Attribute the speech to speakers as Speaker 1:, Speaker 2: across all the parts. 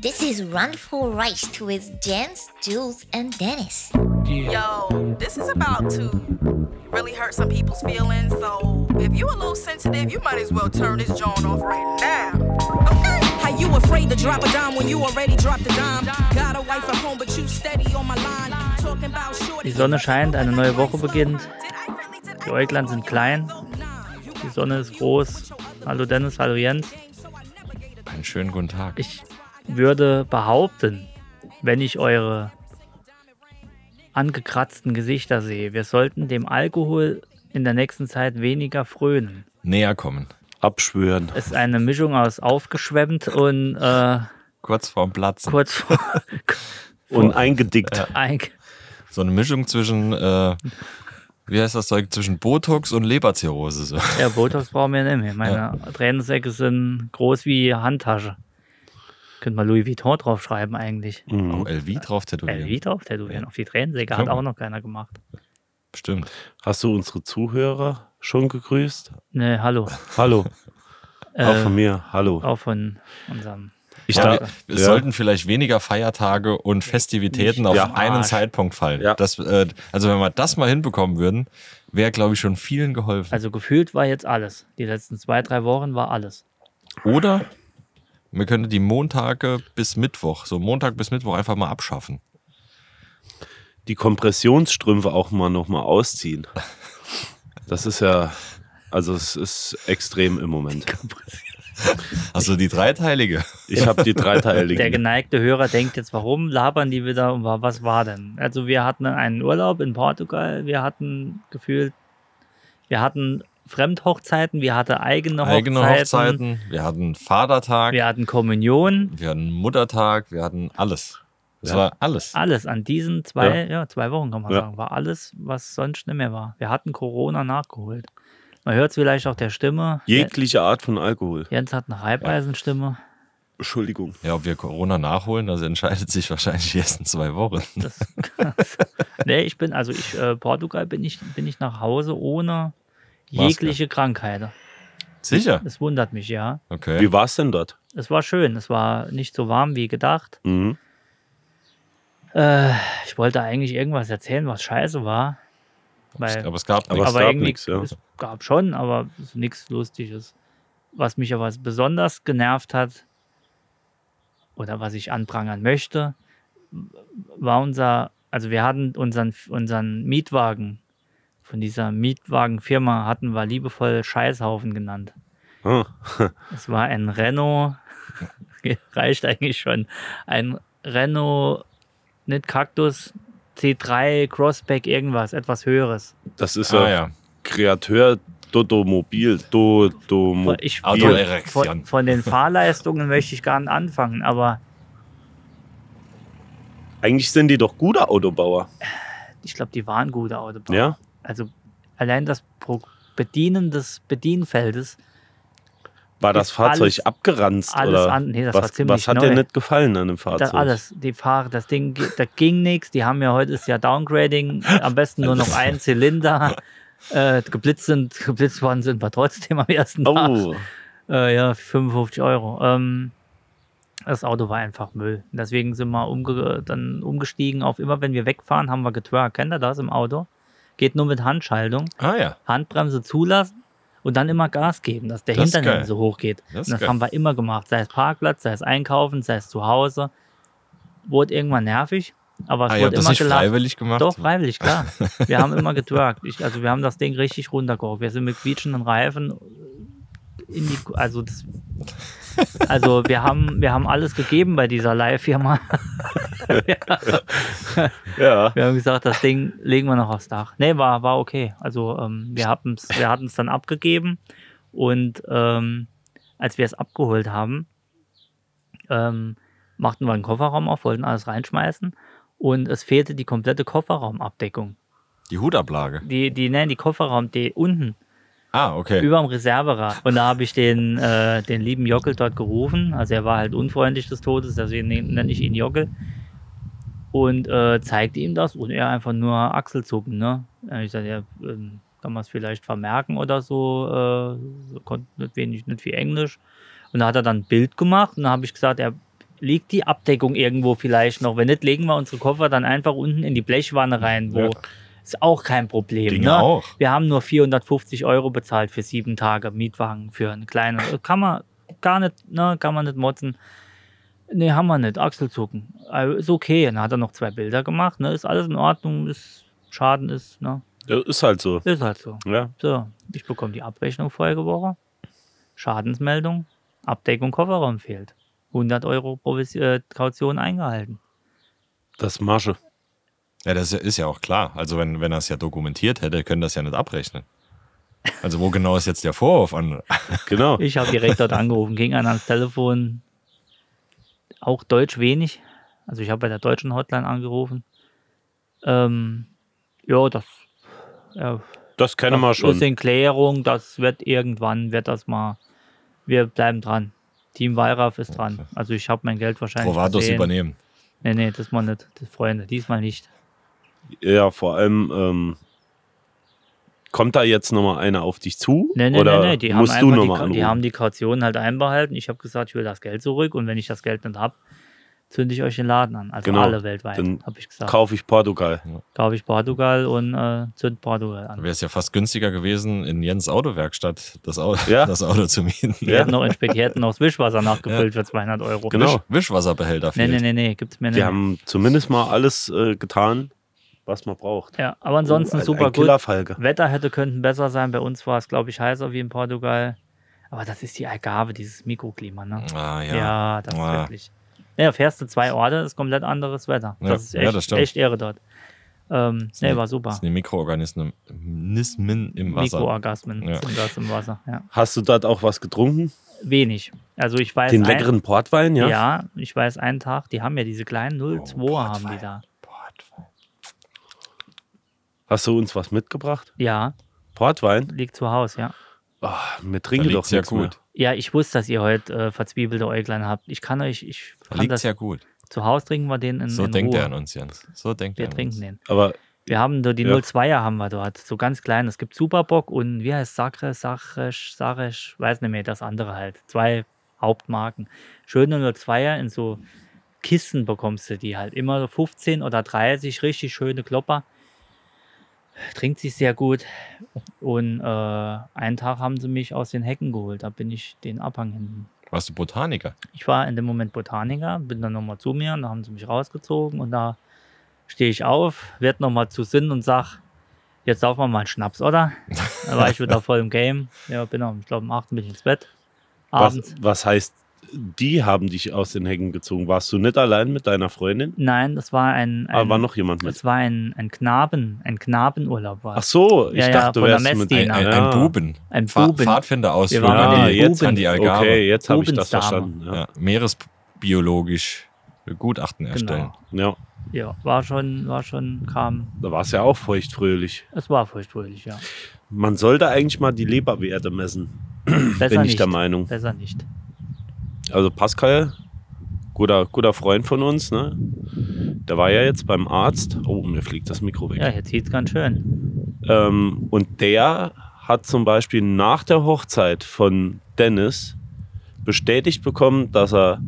Speaker 1: This is Run for Rice with Jens, Jules, and Dennis.
Speaker 2: Yo, this is about to really hurt some people's feelings. So if you a little sensitive, you might as well turn this joint off right now. Okay?
Speaker 3: How you afraid to drop a dime when you already dropped a dime? Got a wife at home, but you steady on my line. Talking about shorty.
Speaker 4: Die Sonne scheint, eine neue Woche beginnt. Die Äuglein sind klein. Die Sonne ist groß. Hallo Dennis, hallo Jens.
Speaker 5: Einen schönen guten Tag.
Speaker 4: Ich würde behaupten, wenn ich eure angekratzten Gesichter sehe, wir sollten dem Alkohol in der nächsten Zeit weniger frönen.
Speaker 5: Näher kommen.
Speaker 6: Abschwören.
Speaker 4: Es ist eine Mischung aus aufgeschwemmt und äh,
Speaker 5: Kurz vorm Platzen.
Speaker 4: kurz vor
Speaker 6: Und eingedickt.
Speaker 4: Eig-
Speaker 5: So eine Mischung zwischen, äh, wie heißt das Zeug, zwischen Botox und Leberzirrhose. So.
Speaker 4: Ja, Botox brauchen wir nicht mehr. Meine Tränensäcke sind groß wie Handtasche. Könnte mal Louis Vuitton draufschreiben eigentlich.
Speaker 6: Mhm.
Speaker 4: Äh,
Speaker 5: Oh, LV drauf tätowieren.
Speaker 4: LV drauf tätowieren. Auf die Tränensäcke hat
Speaker 5: Guck mal.
Speaker 4: auch noch keiner gemacht.
Speaker 5: Bestimmt.
Speaker 6: Hast du unsere Zuhörer schon gegrüßt?
Speaker 4: Ne, hallo.
Speaker 6: Hallo. auch
Speaker 4: Äh,
Speaker 6: von mir. Hallo.
Speaker 4: Auch von unserem.
Speaker 6: Ich
Speaker 5: Ja,
Speaker 6: dachte,
Speaker 5: wir
Speaker 6: ja.
Speaker 5: sollten vielleicht weniger Feiertage und Festivitäten auf
Speaker 6: Ja.
Speaker 5: einen
Speaker 4: Arsch.
Speaker 5: Zeitpunkt fallen.
Speaker 6: Ja.
Speaker 5: Das, äh, also wenn wir das mal hinbekommen würden, wäre, glaube ich, schon vielen geholfen.
Speaker 4: Also gefühlt war jetzt alles. Die letzten zwei, drei Wochen war alles.
Speaker 5: Oder wir könnten die Montage bis Mittwoch, so Montag bis Mittwoch einfach mal abschaffen.
Speaker 6: die Kompressionsstrümpfe auch mal nochmal ausziehen. Das ist ja, also es ist extrem im Moment.
Speaker 5: Also die dreiteilige.
Speaker 6: Ich habe die
Speaker 4: Der
Speaker 6: dreiteiligen.
Speaker 4: geneigte Hörer denkt jetzt, warum labern die wieder und wa- was war denn? Also wir hatten einen Urlaub in Portugal, wir hatten gefühlt, wir hatten Fremdhochzeiten, wir hatten eigene Hochzeiten,
Speaker 5: Eigene Hochzeiten. Wir hatten Vatertag,
Speaker 4: wir hatten Kommunion,
Speaker 5: wir hatten Muttertag, wir hatten alles. Es
Speaker 6: Ja.
Speaker 5: war alles.
Speaker 4: alles an diesen zwei, ja. zwei Wochen kann man
Speaker 6: Ja.
Speaker 4: sagen, war alles, was sonst nicht mehr war. Wir hatten Corona nachgeholt. Man hört es vielleicht auch der Stimme.
Speaker 6: Jegliche Art von Alkohol.
Speaker 4: Jens hat eine Reibeisenstimme.
Speaker 6: Entschuldigung.
Speaker 5: Ja, ob wir Corona nachholen, das entscheidet sich wahrscheinlich erst in zwei Wochen.
Speaker 4: nee, ich bin, also ich, äh, Portugal bin ich, bin ich nach Hause ohne
Speaker 5: Maske.
Speaker 4: jegliche Krankheit.
Speaker 5: Sicher?
Speaker 4: Das wundert mich, ja.
Speaker 5: Okay.
Speaker 6: Wie war es denn dort?
Speaker 4: Es war schön, es war nicht so warm wie gedacht.
Speaker 6: Mhm.
Speaker 4: Äh, ich wollte eigentlich irgendwas erzählen, was scheiße war. Weil,
Speaker 5: Aber es gab
Speaker 6: Aber
Speaker 5: nichts.
Speaker 6: es gab
Speaker 4: irgendwie-
Speaker 6: nix, ja.
Speaker 4: Es gab schon, aber nichts Lustiges. Was mich aber besonders genervt hat oder was ich anprangern möchte, war unser, also wir hatten unseren, unseren Mietwagen von dieser Mietwagenfirma hatten wir liebevoll Scheißhaufen genannt.
Speaker 6: Ah,
Speaker 4: Es war ein Renault, reicht eigentlich schon, ein Renault, nicht Kaktus, C3, Crossback, irgendwas, etwas Höheres.
Speaker 6: das ist
Speaker 5: Ah,
Speaker 6: ja
Speaker 5: ja.
Speaker 6: Kreateur Dodomobil. Dodomobil.
Speaker 4: Ich, von,
Speaker 5: Autoerektion.
Speaker 4: von den Fahrleistungen möchte ich gar nicht anfangen, aber
Speaker 6: Eigentlich sind die doch gute Autobauer.
Speaker 4: ich glaube, die waren gute Autobahn.
Speaker 6: Ja?
Speaker 4: Also allein das Pro Bedienen des Bedienfeldes,
Speaker 6: War das
Speaker 4: Ist
Speaker 6: Fahrzeug
Speaker 4: alles-
Speaker 6: abgeranzt?
Speaker 4: alles
Speaker 6: oder
Speaker 4: an- nee, das
Speaker 6: was,
Speaker 4: war ziemlich
Speaker 6: was hat
Speaker 4: neu.
Speaker 6: dir nicht gefallen an dem Fahrzeug?
Speaker 4: das alles, die Fahrer, das Ding, ge- da ging nichts. Die haben ja heute ist ja Downgrading, am besten nur noch ein Zylinder. Äh, geblitzt sind, geblitzt worden sind wir trotzdem am ersten Tag.
Speaker 6: Oh,
Speaker 4: Äh, ja, 55 Euro. Ähm, das Auto war einfach Müll. Deswegen sind wir umge dann umgestiegen auf immer, wenn wir wegfahren, haben wir getwerkt. Kennt ihr das im Auto? Geht nur mit Handschaltung.
Speaker 5: Ah ja.
Speaker 4: Handbremse zulassen und dann immer Gas geben, dass der
Speaker 5: Das ist
Speaker 4: Hintern
Speaker 5: geil.
Speaker 4: nicht so hoch geht.
Speaker 5: Das ist
Speaker 4: und das
Speaker 5: geil.
Speaker 4: haben wir immer gemacht, sei es Parkplatz, sei es Einkaufen, sei es zu Hause. Wurde irgendwann nervig, aber es
Speaker 5: Ah, ihr habt
Speaker 4: wurde
Speaker 5: das
Speaker 4: immer
Speaker 5: nicht
Speaker 4: gelacht.
Speaker 5: freiwillig gemacht?
Speaker 4: Doch, freiwillig, klar. Wir haben immer getwerkt. Ich, also wir haben das Ding richtig runtergeholt. Wir sind mit quietschenden Reifen in die, also das, also wir haben, wir haben alles gegeben bei dieser Leihfirma.
Speaker 6: ja.
Speaker 4: Wir haben gesagt, das Ding legen wir noch aufs Dach. Nee, war, war okay. Also ähm, wir hatten es wir hatten's dann abgegeben und ähm, als wir es abgeholt haben, ähm, machten wir den Kofferraum auf, wollten alles reinschmeißen und es fehlte die komplette Kofferraumabdeckung.
Speaker 5: Die Hutablage.
Speaker 4: Die, die, nein, die Kofferraum, die unten,
Speaker 5: Ah, okay.
Speaker 4: überm Reserverad. Und da habe ich den, äh, den lieben Jockel dort gerufen. Also er war halt unfreundlich des Todes, deswegen ne- nenne ich ihn Jockel. Und äh, zeigte ihm das und er einfach nur Achselzucken. Ne? Ja, Ich sagte, ja, ähm, kann man es vielleicht vermerken oder so. Äh, so konnte nicht wenig, nicht viel Englisch. Und da hat er dann ein Bild gemacht und da habe ich gesagt, er liegt die Abdeckung irgendwo vielleicht noch. Wenn nicht, legen wir unsere Koffer dann einfach unten in die Blechwanne rein, wo
Speaker 5: Ja.
Speaker 4: ist auch kein Problem.
Speaker 5: Ging
Speaker 4: ne?
Speaker 5: auch.
Speaker 4: Wir haben nur 450 Euro bezahlt für sieben Tage Mietwagen für eine kleine. Kann man gar nicht, ne, kann man nicht motzen. Nee, haben wir nicht. Achselzucken. Also Ist okay. Dann hat er noch zwei Bilder gemacht. Ne? Ist alles in Ordnung. Ist, Schaden ist, ne?
Speaker 6: Das ist halt so.
Speaker 4: Ist halt so.
Speaker 6: Ja.
Speaker 4: So, ich bekomme die Abrechnung vorige Woche. Schadensmeldung, Abdeckung Kofferraum fehlt. 100 Euro Provis äh, Kaution eingehalten.
Speaker 6: Das ist Masche.
Speaker 5: Ja, das ist ja auch klar. Also wenn, wenn er es ja dokumentiert hätte, können das ja nicht abrechnen. Also wo genau ist jetzt der Vorwurf an?
Speaker 6: Genau.
Speaker 4: Ich habe direkt dort angerufen, ging einer ans Telefon. Auch Deutsch wenig. Also ich habe bei der deutschen Hotline angerufen. Ähm, ja, das, ja,
Speaker 6: Das kennen wir
Speaker 4: das ist
Speaker 6: schon.
Speaker 4: in Klärung. Das wird irgendwann, wird das mal. Wir bleiben dran. Team Wallraff ist dran. Also ich habe mein Geld wahrscheinlich.
Speaker 5: Provados
Speaker 4: übernehmen.
Speaker 5: übernehmen.
Speaker 4: Nee, nee, das mal nicht. Das, Freunde, diesmal nicht.
Speaker 6: Ja, vor allem ähm, kommt da jetzt nochmal einer auf dich zu?
Speaker 4: Nee, nee,
Speaker 6: oder
Speaker 4: nee, nee. Die haben,
Speaker 6: musst du
Speaker 4: einmal die,
Speaker 6: nochmal
Speaker 4: Ka-
Speaker 6: anrufen?
Speaker 4: die haben die Kaution halt einbehalten. Ich habe gesagt, ich will das Geld zurück und wenn ich das Geld nicht habe, zünde ich euch den Laden an. Also
Speaker 6: Genau.
Speaker 4: alle weltweit,
Speaker 6: Dann
Speaker 4: habe ich gesagt.
Speaker 6: Kaufe ich Portugal.
Speaker 4: Kaufe ich Portugal und äh, zünd Portugal an.
Speaker 5: Wäre es ja fast günstiger gewesen, in Jens Autowerkstatt das Auto,
Speaker 6: Ja.
Speaker 5: das Auto zu mieten.
Speaker 4: Wir hätten noch in Spät, die hätten noch das Wischwasser nachgefüllt für 200 Euro.
Speaker 6: Genau.
Speaker 5: Wisch, Wischwasserbehälter
Speaker 4: Nee,
Speaker 5: fehlt.
Speaker 4: nee, nee, nee, gibt's mir nicht.
Speaker 6: Die haben zumindest mal alles äh, getan, was man braucht.
Speaker 4: Ja, aber ansonsten
Speaker 6: Oh, ein,
Speaker 4: super
Speaker 6: ein
Speaker 4: gut.
Speaker 6: Killerfalke.
Speaker 4: Wetter hätte könnten besser sein. Bei uns war es, glaube ich, heißer wie in Portugal. Aber das ist die Algarve, dieses Mikroklima, ne?
Speaker 5: Ah, ja.
Speaker 4: Ja, das
Speaker 5: Ah.
Speaker 4: ist wirklich. Ja, fährst du zwei Orte, ist komplett anderes Wetter.
Speaker 5: Ja,
Speaker 4: das ist
Speaker 5: ja,
Speaker 4: echt,
Speaker 5: das stimmt.
Speaker 4: echt Ehre dort. Ähm, nee,
Speaker 5: ne-
Speaker 4: war super.
Speaker 5: Das sind die Mikroorganismen Nismen im Wasser.
Speaker 4: Mikroorgasmen
Speaker 5: Ja.
Speaker 4: sind das im Wasser. Ja.
Speaker 6: Hast du dort auch was getrunken?
Speaker 4: Wenig. Also ich weiß.
Speaker 6: Den
Speaker 4: ein-
Speaker 6: leckeren Portwein, ja?
Speaker 4: ja? ich weiß einen Tag, die haben ja diese kleinen
Speaker 5: Oh,
Speaker 4: 02 haben die da.
Speaker 6: Hast du uns was mitgebracht?
Speaker 4: Ja,
Speaker 6: Portwein?
Speaker 4: liegt zu Hause, ja.
Speaker 6: Ah, mir
Speaker 5: da
Speaker 6: trinke doch
Speaker 5: liegt's ja
Speaker 6: nichts mehr.
Speaker 5: gut.
Speaker 4: Ja, ich wusste, dass ihr heute äh, verzwiebelte Äuglein habt. Ich kann euch, ich
Speaker 5: Da
Speaker 4: kann
Speaker 5: liegt's
Speaker 4: das
Speaker 5: ja gut.
Speaker 4: zu Hause trinken wir den in,
Speaker 5: So
Speaker 4: in
Speaker 5: denkt
Speaker 4: Ruhe.
Speaker 5: er an uns, Jens. So denkt er
Speaker 4: Wir
Speaker 5: an
Speaker 4: trinken
Speaker 5: uns.
Speaker 4: den.
Speaker 6: Aber
Speaker 4: Wir haben so die
Speaker 6: Ja.
Speaker 4: 02er haben wir dort, so ganz klein. Es gibt Superbock und wie heißt Sacre, Sachesch, Saresch, weiß nicht mehr, das andere halt. Zwei Hauptmarken. Schöne 02er in so Kissen bekommst du die halt. Immer so 15 oder 30, richtig schöne Klopper. Trinkt sich sehr gut. Und äh, einen Tag haben sie mich aus den Hecken geholt. Da bin ich den Abhang hinten
Speaker 5: Warst du Botaniker?
Speaker 4: ich war in dem Moment Botaniker, bin dann nochmal zu mir und da haben sie mich rausgezogen und da stehe ich auf, werd nochmal zu Sinn und sag, jetzt saufen wir mal einen Schnaps, oder? Da war ich wieder voll im Game. Ja, bin um, ich glaube, um 8 bin ich ins Bett. Abends.
Speaker 6: was, was heißt, die haben dich aus den Hecken gezogen? Warst du nicht allein mit deiner Freundin?
Speaker 4: Nein, das war ein,
Speaker 6: Aber
Speaker 4: ein
Speaker 6: war noch jemand mit?
Speaker 4: das war ein, ein Knaben, ein Knabenurlaub war.
Speaker 6: Ach
Speaker 4: es.
Speaker 6: so, ich
Speaker 4: Ja, ja,
Speaker 6: dachte,
Speaker 4: von
Speaker 6: du
Speaker 4: der
Speaker 6: wärst mit
Speaker 4: Messdiener.
Speaker 5: Ein, ein,
Speaker 6: Ja.
Speaker 5: ein Buben.
Speaker 4: Ein
Speaker 5: Fa-
Speaker 4: Buben.
Speaker 5: Fahrtfinderausflug
Speaker 4: Wir waren
Speaker 5: an
Speaker 6: Ah,
Speaker 4: die
Speaker 6: jetzt
Speaker 4: Buben.
Speaker 5: an die Algarve.
Speaker 6: Okay, jetzt habe ich das
Speaker 4: Rubensdame.
Speaker 6: verstanden. Ja.
Speaker 5: Ja, meeresbiologisch äh, Gutachten erstellen.
Speaker 4: Genau.
Speaker 6: ja,
Speaker 4: Ja, war schon, war schon, kam.
Speaker 6: da war es ja auch feuchtfröhlich.
Speaker 4: Es war furchtfröhlich, ja.
Speaker 6: Man sollte eigentlich mal die Leberwerte messen.
Speaker 4: Besser
Speaker 6: ich
Speaker 4: nicht.
Speaker 6: der Meinung.
Speaker 4: Besser nicht.
Speaker 6: Also Pascal, guter, guter Freund von uns, ne? Der war ja jetzt beim Arzt. Oh, mir fliegt das Mikro weg.
Speaker 4: Ja, jetzt sieht's ganz schön.
Speaker 6: Ähm, und der hat zum Beispiel nach der Hochzeit von Dennis bestätigt bekommen, dass er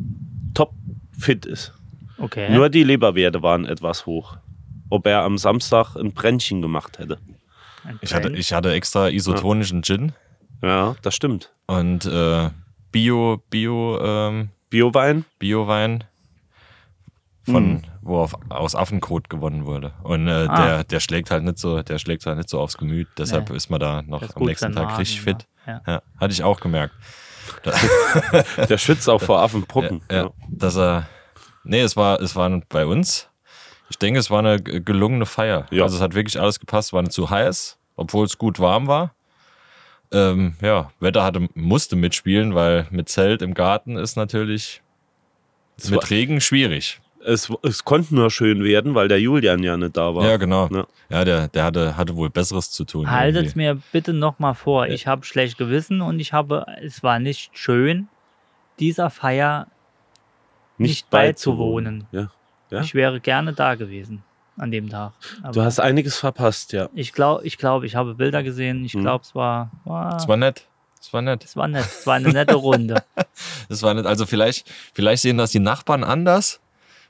Speaker 6: top fit ist.
Speaker 4: Okay.
Speaker 6: Nur die Leberwerte waren etwas hoch. Ob er am Samstag ein Brändchen gemacht hätte.
Speaker 4: Ein
Speaker 5: Ich hatte,
Speaker 4: Trend.
Speaker 5: ich hatte extra isotonischen Gin
Speaker 6: Ja, das stimmt.
Speaker 5: und äh, Bio, Bio, ähm,
Speaker 6: Biowein?
Speaker 5: Biowein von wo auf, aus Affenkot gewonnen wurde. Und äh,
Speaker 4: Mhm. Ah.
Speaker 5: der, der schlägt halt nicht so, der schlägt halt nicht so aufs Gemüt, deshalb
Speaker 4: Nee.
Speaker 5: ist man da noch
Speaker 4: Das ist
Speaker 5: am
Speaker 4: gut
Speaker 5: nächsten
Speaker 4: für den
Speaker 5: Tag
Speaker 4: Magen,
Speaker 5: richtig
Speaker 4: ja.
Speaker 5: fit.
Speaker 4: Ja.
Speaker 5: Ja, hatte ich auch gemerkt.
Speaker 6: Der schwitzt auch vor Affenpocken.
Speaker 5: Ja, dass er. Nee, es war, es war bei uns. Ich denke, es war eine g- gelungene Feier.
Speaker 6: Ja.
Speaker 5: Also es hat wirklich alles gepasst. War nicht zu heiß, obwohl es gut warm war. Ähm, ja, Wetter hatte, musste mitspielen, weil mit Zelt im Garten ist natürlich
Speaker 6: Es, war,
Speaker 5: mit Regen schwierig.
Speaker 6: es, es konnte nur schön werden, weil der Julian ja nicht da war.
Speaker 5: Ja, genau.
Speaker 6: Ja.
Speaker 5: Ja, der, der hatte, hatte wohl Besseres zu tun.
Speaker 4: Haltet's
Speaker 5: irgendwie.
Speaker 4: mir bitte nochmal vor. Ich habe schlecht gewissen und ich habe, es war nicht schön, dieser Feier. nicht beizuwohnen.
Speaker 6: Ja. Ja?
Speaker 4: Ich wäre gerne da gewesen an dem Tag. Aber
Speaker 6: Du hast einiges verpasst, ja.
Speaker 5: Hm.
Speaker 4: ich glaube, ich glaube, ich habe Bilder gesehen. Ich glaube, es war, war,
Speaker 5: Es war nett. Das war nett.
Speaker 4: Das war nett. Das war eine nette Runde.
Speaker 5: Das war nett. Also vielleicht, vielleicht sehen das die Nachbarn anders.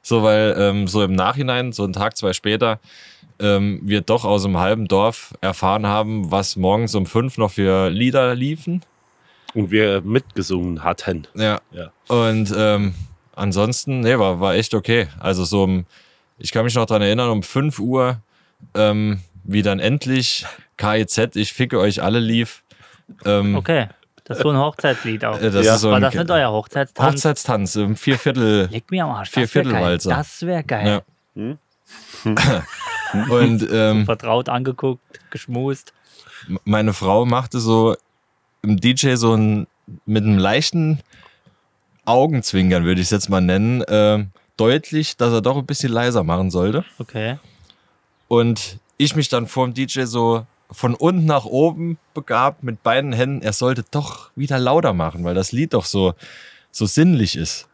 Speaker 5: So, weil ähm, so im Nachhinein, so einen Tag, zwei später, ähm, wir doch aus einem halben Dorf erfahren haben, was morgens um fünf noch für Lieder liefen.
Speaker 6: Und wir mitgesungen hatten.
Speaker 5: Ja.
Speaker 6: Ja.
Speaker 5: Und ähm, ansonsten, nee, war, war echt okay. Also so um, ich kann mich noch dran erinnern, um 5 Uhr, ähm, wie dann endlich KIZ, ich ficke euch alle lief. Ähm,
Speaker 4: Okay. Das ist so ein Hochzeitslied auch.
Speaker 5: äh, Das
Speaker 6: Ja.
Speaker 5: ist so
Speaker 4: war
Speaker 5: ein
Speaker 4: das nicht euer Hochzeitstanz?
Speaker 5: Hochzeitstanz im Vierviertel.
Speaker 4: Leck mir am Arsch.
Speaker 5: Vier
Speaker 4: das wär geil.
Speaker 5: Viertelwalzer.
Speaker 4: Das wäre geil.
Speaker 5: Ja. Und ähm,
Speaker 4: Vertraut angeguckt, geschmust.
Speaker 5: meine Frau machte so im DJ so ein mit einem leichten Augenzwinkern, würde ich es jetzt mal nennen, ähm, deutlich, dass er doch ein bisschen leiser machen sollte.
Speaker 4: Okay.
Speaker 5: und ich mich dann vor dem DJ so von unten nach oben begab mit beiden Händen. Er sollte doch wieder lauter machen, weil das Lied doch so, so sinnlich ist.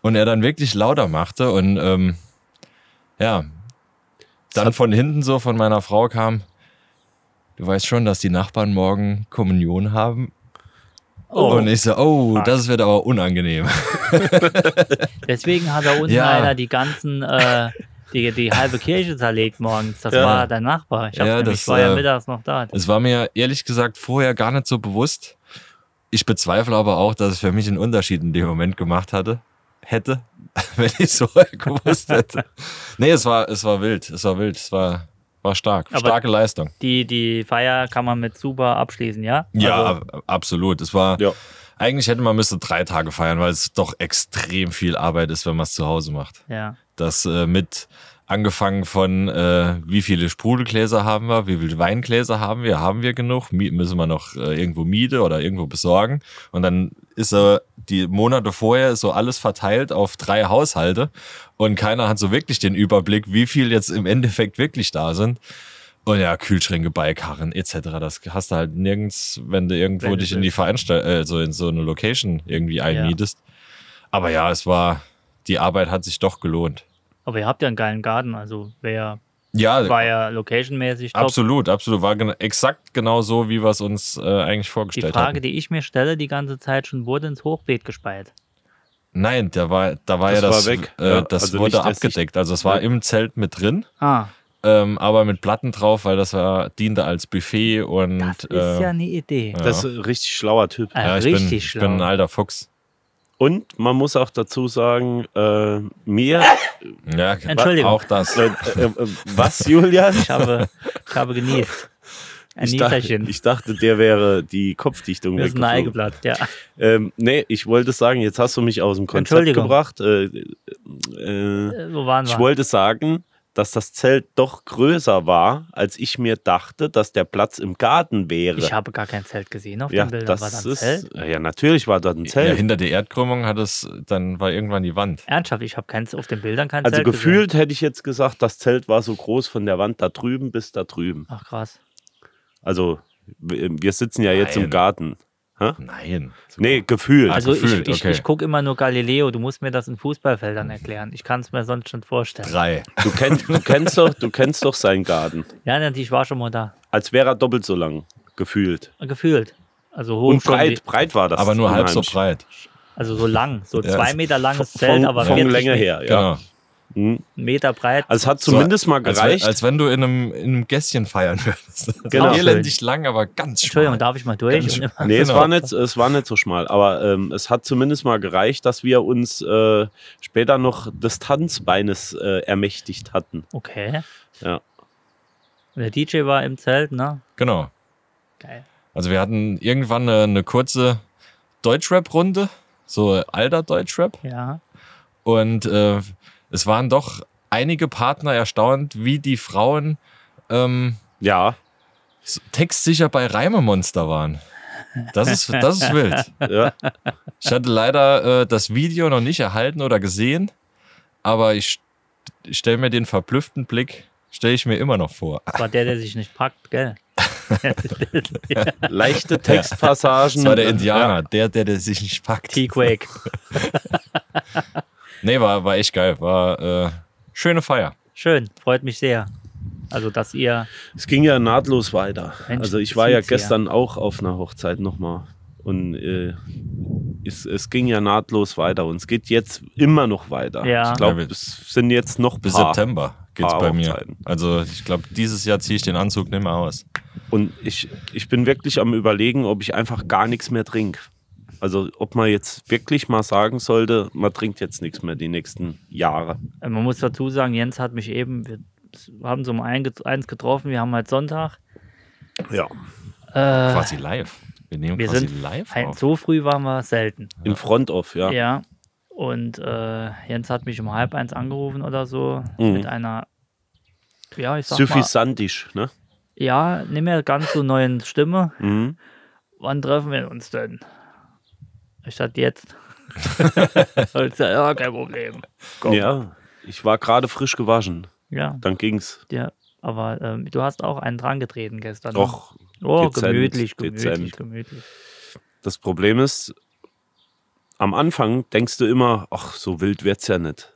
Speaker 5: Und er dann wirklich lauter machte und ähm, ja, dann von hinten so von meiner Frau kam, du weißt schon, dass die Nachbarn morgen Kommunion haben.
Speaker 4: Oh,
Speaker 5: Und ich so, oh, das wird aber unangenehm.
Speaker 4: deswegen hat da unten
Speaker 5: Ja.
Speaker 4: einer die ganzen, äh, die, die halbe Kirche zerlegt morgens. Das
Speaker 5: Ja.
Speaker 4: war dein Nachbar. Ich hab's
Speaker 5: Ja,
Speaker 4: nämlich,
Speaker 5: das,
Speaker 4: war ja
Speaker 5: äh,
Speaker 4: mittags noch da.
Speaker 5: Es war mir ehrlich gesagt vorher gar nicht so bewusst. Ich bezweifle aber auch, dass es für mich einen Unterschied in dem Moment gemacht hatte, hätte, wenn ich es vorher gewusst hätte. Nee, es war, es war wild, es war wild, es war, war stark.
Speaker 4: Aber-
Speaker 5: Starke Leistung.
Speaker 4: Die, die Feier kann man mit super abschließen, ja?
Speaker 5: Ja,
Speaker 4: Also,
Speaker 5: ab- absolut. Es war,
Speaker 6: Ja.
Speaker 5: eigentlich hätte man müsste drei Tage feiern, weil es doch extrem viel Arbeit ist, wenn man es zu Hause macht.
Speaker 4: ja.
Speaker 5: Das äh, mit angefangen von äh, wie viele Sprudelgläser haben wir, wie viele Weingläser haben wir, haben wir genug, Mie- müssen wir noch äh, irgendwo Miete oder irgendwo besorgen. Und dann ist äh, die Monate vorher ist so alles verteilt auf drei Haushalte und keiner hat so wirklich den Überblick, wie viel jetzt im Endeffekt wirklich da sind. Und ja, Kühlschränke, Beikarren etc. Das hast du halt nirgends, wenn du irgendwo
Speaker 4: Wenn du
Speaker 5: dich in die
Speaker 4: willst.
Speaker 5: Veranstalt äh, so in so eine Location irgendwie einmietest. Aber ja, es war, die Arbeit hat sich doch gelohnt.
Speaker 4: Aber ihr habt ja einen geilen Garten, also wer
Speaker 5: Ja,
Speaker 4: war ja locationmäßig top.
Speaker 5: absolut, absolut. War gen exakt genau so, wie wir es uns äh, eigentlich
Speaker 4: Die
Speaker 5: vorgestellt
Speaker 4: Frage,
Speaker 5: haben.
Speaker 4: die ich mir stelle die ganze Zeit schon, wurde ins Hochbeet gespeit?
Speaker 5: Nein, da war, da war
Speaker 6: Das
Speaker 5: ja das,
Speaker 6: war weg.
Speaker 5: Äh,
Speaker 6: Ja,
Speaker 5: das
Speaker 6: also
Speaker 5: wurde
Speaker 6: nicht, dass ich-
Speaker 5: abgedeckt. Also es war
Speaker 6: Ja.
Speaker 5: im Zelt mit drin,
Speaker 4: Ah,
Speaker 5: ähm, aber mit Platten drauf, weil das war, diente als Buffet und
Speaker 4: das ist
Speaker 5: äh,
Speaker 4: ja eine Idee.
Speaker 6: Das ist ein richtig schlauer Typ.
Speaker 4: Ein
Speaker 5: ja, ich,
Speaker 4: richtig
Speaker 5: bin, ich
Speaker 4: schlau.
Speaker 5: bin ein alter Fuchs.
Speaker 6: Und man muss auch dazu sagen, äh, mir,
Speaker 5: Ja,
Speaker 4: Entschuldigung.
Speaker 5: auch das.
Speaker 6: äh, äh, äh, was Julian?
Speaker 4: Ich habe, ich habe genießt. Ein
Speaker 6: Ich dachte,
Speaker 4: Nieserchen.
Speaker 6: ich dachte, der wäre die Kopfdichtung
Speaker 4: Mir ist ein Ei
Speaker 6: weggeflogen.
Speaker 4: geplatzt, ja.
Speaker 6: Ähm, nee, ich wollte sagen, jetzt hast du mich aus dem Konzept
Speaker 4: Entschuldigung.
Speaker 6: gebracht. Äh, äh,
Speaker 4: Äh, Wo waren
Speaker 6: ich
Speaker 4: wir?
Speaker 6: wollte sagen, dass das Zelt doch größer war, als ich mir dachte, dass der Platz im Garten wäre.
Speaker 4: Ich habe gar kein Zelt gesehen auf
Speaker 6: ja,
Speaker 4: den Bildern.
Speaker 6: das
Speaker 4: War da ein
Speaker 6: ist,
Speaker 4: Zelt?
Speaker 6: ja, natürlich war da ein
Speaker 5: Ja,
Speaker 6: Zelt.
Speaker 5: hinter der Erdkrümmung hat es, dann war irgendwann die Wand.
Speaker 4: Ernsthaft, ich habe keins auf den Bildern kein
Speaker 6: also
Speaker 4: Zelt gesehen.
Speaker 6: gefühlt hätte ich jetzt gesagt, das Zelt war so groß von der Wand da drüben bis da drüben.
Speaker 4: Ach krass.
Speaker 6: Also wir wir sitzen ja jetzt
Speaker 5: Nein.
Speaker 6: im Garten.
Speaker 5: Nein.
Speaker 6: Nee, gefühlt.
Speaker 5: Also
Speaker 4: Also
Speaker 5: gefühlt,
Speaker 4: ich, ich,
Speaker 5: okay.
Speaker 4: ich gucke immer nur Galileo. Du musst mir das in
Speaker 6: Mhm.
Speaker 4: Fußballfeldern erklären. Ich kann es mir sonst schon vorstellen.
Speaker 5: Drei.
Speaker 6: Du, kennst, du, kennst doch, du kennst doch seinen Garten.
Speaker 4: Ja, Nanti, ich war schon mal da.
Speaker 6: Als wäre er doppelt so lang, gefühlt.
Speaker 4: Gefühlt. Also hoch
Speaker 6: Und
Speaker 4: schon
Speaker 6: breit,
Speaker 4: die-
Speaker 6: breit war das.
Speaker 5: Aber nur halb so
Speaker 6: unheimlich.
Speaker 5: breit.
Speaker 4: Also so lang. So
Speaker 5: Ja,
Speaker 4: zwei
Speaker 5: es-
Speaker 4: Meter langes
Speaker 6: Von-
Speaker 4: Zelt, aber
Speaker 6: von
Speaker 4: 40
Speaker 6: Länge her, ja.
Speaker 5: Genau.
Speaker 4: Meter breit.
Speaker 6: Also es hat
Speaker 5: So,
Speaker 6: zumindest
Speaker 5: als
Speaker 6: mal
Speaker 5: wenn-
Speaker 6: gereicht.
Speaker 5: Als wenn du in einem, in einem Gässchen feiern würdest.
Speaker 6: Genau.
Speaker 5: Elendig lang, aber ganz schön.
Speaker 4: Entschuldigung, darf ich mal durch?
Speaker 5: Ganz
Speaker 4: Und immer-
Speaker 6: nee, es,
Speaker 5: Genau.
Speaker 6: war nicht, es war nicht so schmal, aber ähm, es hat zumindest mal gereicht, dass wir uns äh, später noch des Tanzbeines äh, ermächtigt hatten.
Speaker 4: Okay.
Speaker 6: Ja.
Speaker 4: Und der DJ war im Zelt, ne?
Speaker 5: Genau.
Speaker 4: Geil.
Speaker 5: Also wir hatten irgendwann eine, eine kurze Deutschrap-Runde, so alter Deutschrap.
Speaker 4: Ja.
Speaker 5: Und äh, es waren doch einige Partner erstaunt, wie die Frauen ähm,
Speaker 6: Ja,
Speaker 5: s- textsicher bei Reimemonster waren. Das ist, das ist wild.
Speaker 6: ja.
Speaker 5: Ich hatte leider äh, das Video noch nicht erhalten oder gesehen, aber ich stelle mir den verblüfften Blick, stelle ich mir immer noch vor.
Speaker 4: War der, der sich nicht packt, gell?
Speaker 6: leichte Textpassagen.
Speaker 5: Das war der Indianer, der, der, der sich nicht packt.
Speaker 4: T-Quake.
Speaker 5: Nee, war, war echt geil. War äh, schöne Feier.
Speaker 4: Schön, freut mich sehr. Also, dass ihr
Speaker 6: Es ging ja nahtlos weiter.
Speaker 4: Mensch,
Speaker 6: also ich war ja
Speaker 4: sieht's her.
Speaker 6: gestern auch auf einer Hochzeit nochmal. Und äh, es, es ging ja nahtlos weiter und es geht jetzt immer noch weiter.
Speaker 4: Ja.
Speaker 6: Ich glaube,
Speaker 5: Ja, wir-
Speaker 6: es sind jetzt noch
Speaker 5: Bis
Speaker 6: paar.
Speaker 5: September geht's
Speaker 6: Paar
Speaker 5: bei mir.
Speaker 6: Hochzeiten.
Speaker 5: Also ich glaube, dieses Jahr ziehe ich den Anzug nicht mehr aus.
Speaker 6: Und ich, ich bin wirklich am überlegen, ob ich einfach gar nichts mehr trinke. Also ob man jetzt wirklich mal sagen sollte, man trinkt jetzt nichts mehr die nächsten Jahre.
Speaker 4: Äh, Man muss dazu sagen, Jens hat mich eben, wir haben so um ein, get- eins getroffen, wir haben halt Sonntag.
Speaker 6: Ja.
Speaker 4: Äh,
Speaker 5: Quasi live. Wir nehmen
Speaker 4: wir
Speaker 5: quasi
Speaker 4: sind
Speaker 5: live
Speaker 4: ein-
Speaker 5: auf.
Speaker 4: so früh waren wir selten.
Speaker 6: Im Front-Off, ja.
Speaker 4: Ja. Und äh, Jens hat mich um halb eins angerufen oder so
Speaker 6: Mhm.
Speaker 4: mit einer, ja, ich sag
Speaker 6: Suffisantisch, ne?
Speaker 4: mal, ja, nicht mehr ganz so neuen Stimme.
Speaker 6: Mhm.
Speaker 4: Wann treffen wir uns denn? Ich sagte jetzt. Und ich sag, ja, kein Problem. Komm.
Speaker 6: Ja. Ich war gerade frisch gewaschen.
Speaker 4: Ja,
Speaker 6: Dann ging's.
Speaker 4: ja. Aber ähm, du hast auch einen dran getreten gestern. ne?
Speaker 6: Doch,
Speaker 4: Oh,
Speaker 6: dezent,
Speaker 4: gemütlich, gemütlich,
Speaker 6: dezent.
Speaker 4: gemütlich.
Speaker 6: Das Problem ist, am Anfang denkst du immer, ach, so wild wird's ja nicht.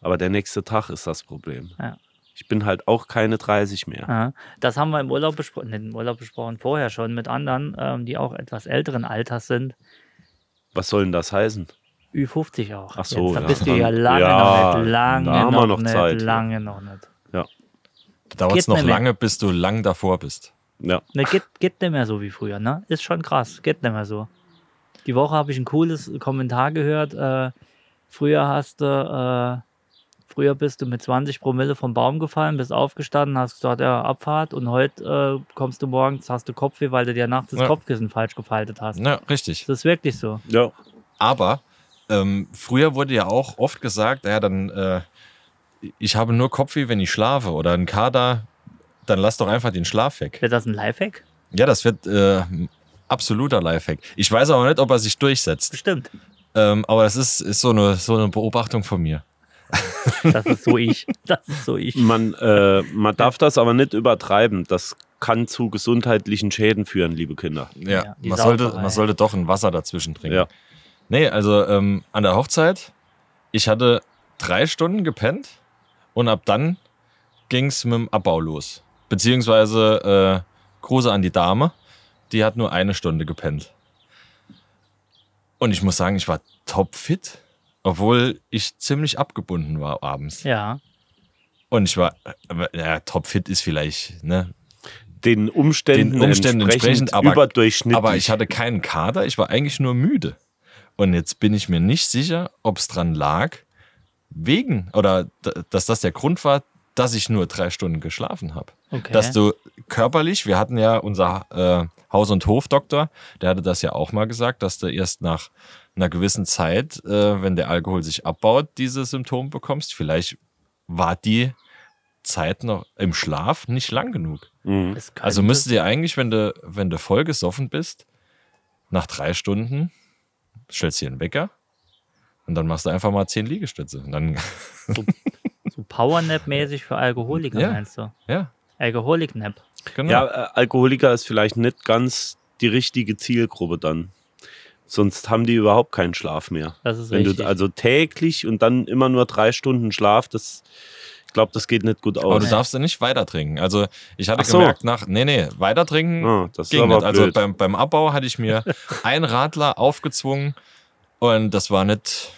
Speaker 6: Aber der nächste Tag ist das Problem.
Speaker 4: Ja.
Speaker 6: Ich bin halt auch keine 30 mehr.
Speaker 4: Aha. Das haben wir im Urlaub besprochen, nicht im Urlaub besprochen, vorher schon mit anderen, ähm, die auch etwas älteren Alters sind.
Speaker 6: Was soll denn das heißen?
Speaker 4: Ü50 auch.
Speaker 6: Ach so,
Speaker 4: Jetzt, da
Speaker 6: ja.
Speaker 4: bist du ja lange
Speaker 6: Ja,
Speaker 4: noch nicht, lange
Speaker 6: da haben wir
Speaker 4: noch,
Speaker 6: noch
Speaker 4: nicht,
Speaker 6: Zeit, ja.
Speaker 4: lange noch nicht.
Speaker 5: Dauert es
Speaker 4: geht
Speaker 5: noch
Speaker 4: nicht mehr.
Speaker 5: lange, bis du lang davor bist.
Speaker 6: Ja.
Speaker 4: Ne, geht, geht nicht mehr so wie früher, ne? Ist schon krass, geht nicht mehr so. Die Woche habe ich ein cooles Kommentar gehört. Äh, früher hast du, äh, früher bist du mit 20 Promille vom Baum gefallen, bist aufgestanden, hast gesagt, ja, Abfahrt und heute äh, kommst du morgens, hast du Kopfweh, weil du dir nachts das
Speaker 5: Ja.
Speaker 4: Kopfkissen falsch gefaltet hast.
Speaker 5: Na, richtig.
Speaker 4: Das ist wirklich so.
Speaker 6: Ja.
Speaker 5: Aber ähm, früher wurde ja auch oft gesagt, ja, dann äh, ich habe nur Kopfweh, wenn ich schlafe oder einen Kader, dann lass doch einfach den Schlaf weg.
Speaker 4: Wäre das ein Lifehack?
Speaker 5: Ja, das wird äh, ein absoluter Lifehack. Ich weiß aber nicht, ob er sich durchsetzt.
Speaker 4: Bestimmt.
Speaker 5: Ähm, aber das ist, ist so, eine, so eine Beobachtung von mir.
Speaker 4: Das ist so ich. Das ist so ich.
Speaker 6: Man, äh, man darf das aber nicht übertreiben. Das kann zu gesundheitlichen Schäden führen, liebe Kinder.
Speaker 5: Ja,
Speaker 4: Ja, die
Speaker 5: man, sollte,
Speaker 4: Sauferei.
Speaker 5: man sollte doch ein Wasser dazwischen trinken.
Speaker 6: Ja.
Speaker 5: Nee, also ähm, an der Hochzeit, ich hatte drei Stunden gepennt und ab dann ging's mit dem Abbau los. Beziehungsweise äh, Grüße an die Dame, die hat nur eine Stunde gepennt. Und ich muss sagen, ich war topfit, obwohl ich ziemlich abgebunden war abends.
Speaker 4: Ja.
Speaker 5: Und ich war, äh, ja, topfit ist vielleicht, ne,
Speaker 6: Den Umständen,
Speaker 5: Den Umständen entsprechend, aber-
Speaker 6: überdurchschnittlich.
Speaker 5: Aber ich hatte keinen Kader, ich war eigentlich nur müde. Und jetzt bin ich mir nicht sicher, ob es dran lag, wegen oder d- dass das der Grund war, dass ich nur drei Stunden geschlafen habe.
Speaker 4: Okay.
Speaker 5: Dass du körperlich, wir hatten ja unser äh, Haus- und Hofdoktor, der hatte das ja auch mal gesagt, dass du erst nach einer gewissen Zeit, äh, wenn der Alkohol sich abbaut, diese Symptome bekommst. Vielleicht war die Zeit noch im Schlaf nicht lang genug.
Speaker 6: Mhm.
Speaker 4: Es könnte-
Speaker 5: Also müsste dir eigentlich, wenn du, wenn du vollgesoffen bist, nach drei Stunden stellst du dir einen Wecker und dann machst du einfach mal zehn Liegestütze. Und dann,
Speaker 4: so Powernap-mäßig für Alkoholiker,
Speaker 5: Ja.
Speaker 4: meinst du?
Speaker 5: ja,
Speaker 4: Alkoholik-Nap.
Speaker 5: genau.
Speaker 6: Ja, äh, Alkoholiker ist vielleicht nicht ganz die richtige Zielgruppe dann. Sonst haben die überhaupt keinen Schlaf mehr.
Speaker 4: Das ist
Speaker 6: Wenn
Speaker 4: richtig.
Speaker 6: du also täglich und dann immer nur drei Stunden Schlaf, das, ich glaube, das geht nicht gut
Speaker 5: Aber du
Speaker 6: aus.
Speaker 5: darfst ja nicht weiter trinken. Also ich hatte
Speaker 6: oh. Ach so.
Speaker 5: gemerkt, nach, nee, nee, weiter trinken
Speaker 6: Ah, das ist
Speaker 5: ging
Speaker 6: aber
Speaker 5: nicht. Also
Speaker 6: blöd.
Speaker 5: beim, beim Abbau hatte ich mir einen Radler aufgezwungen und das war nicht,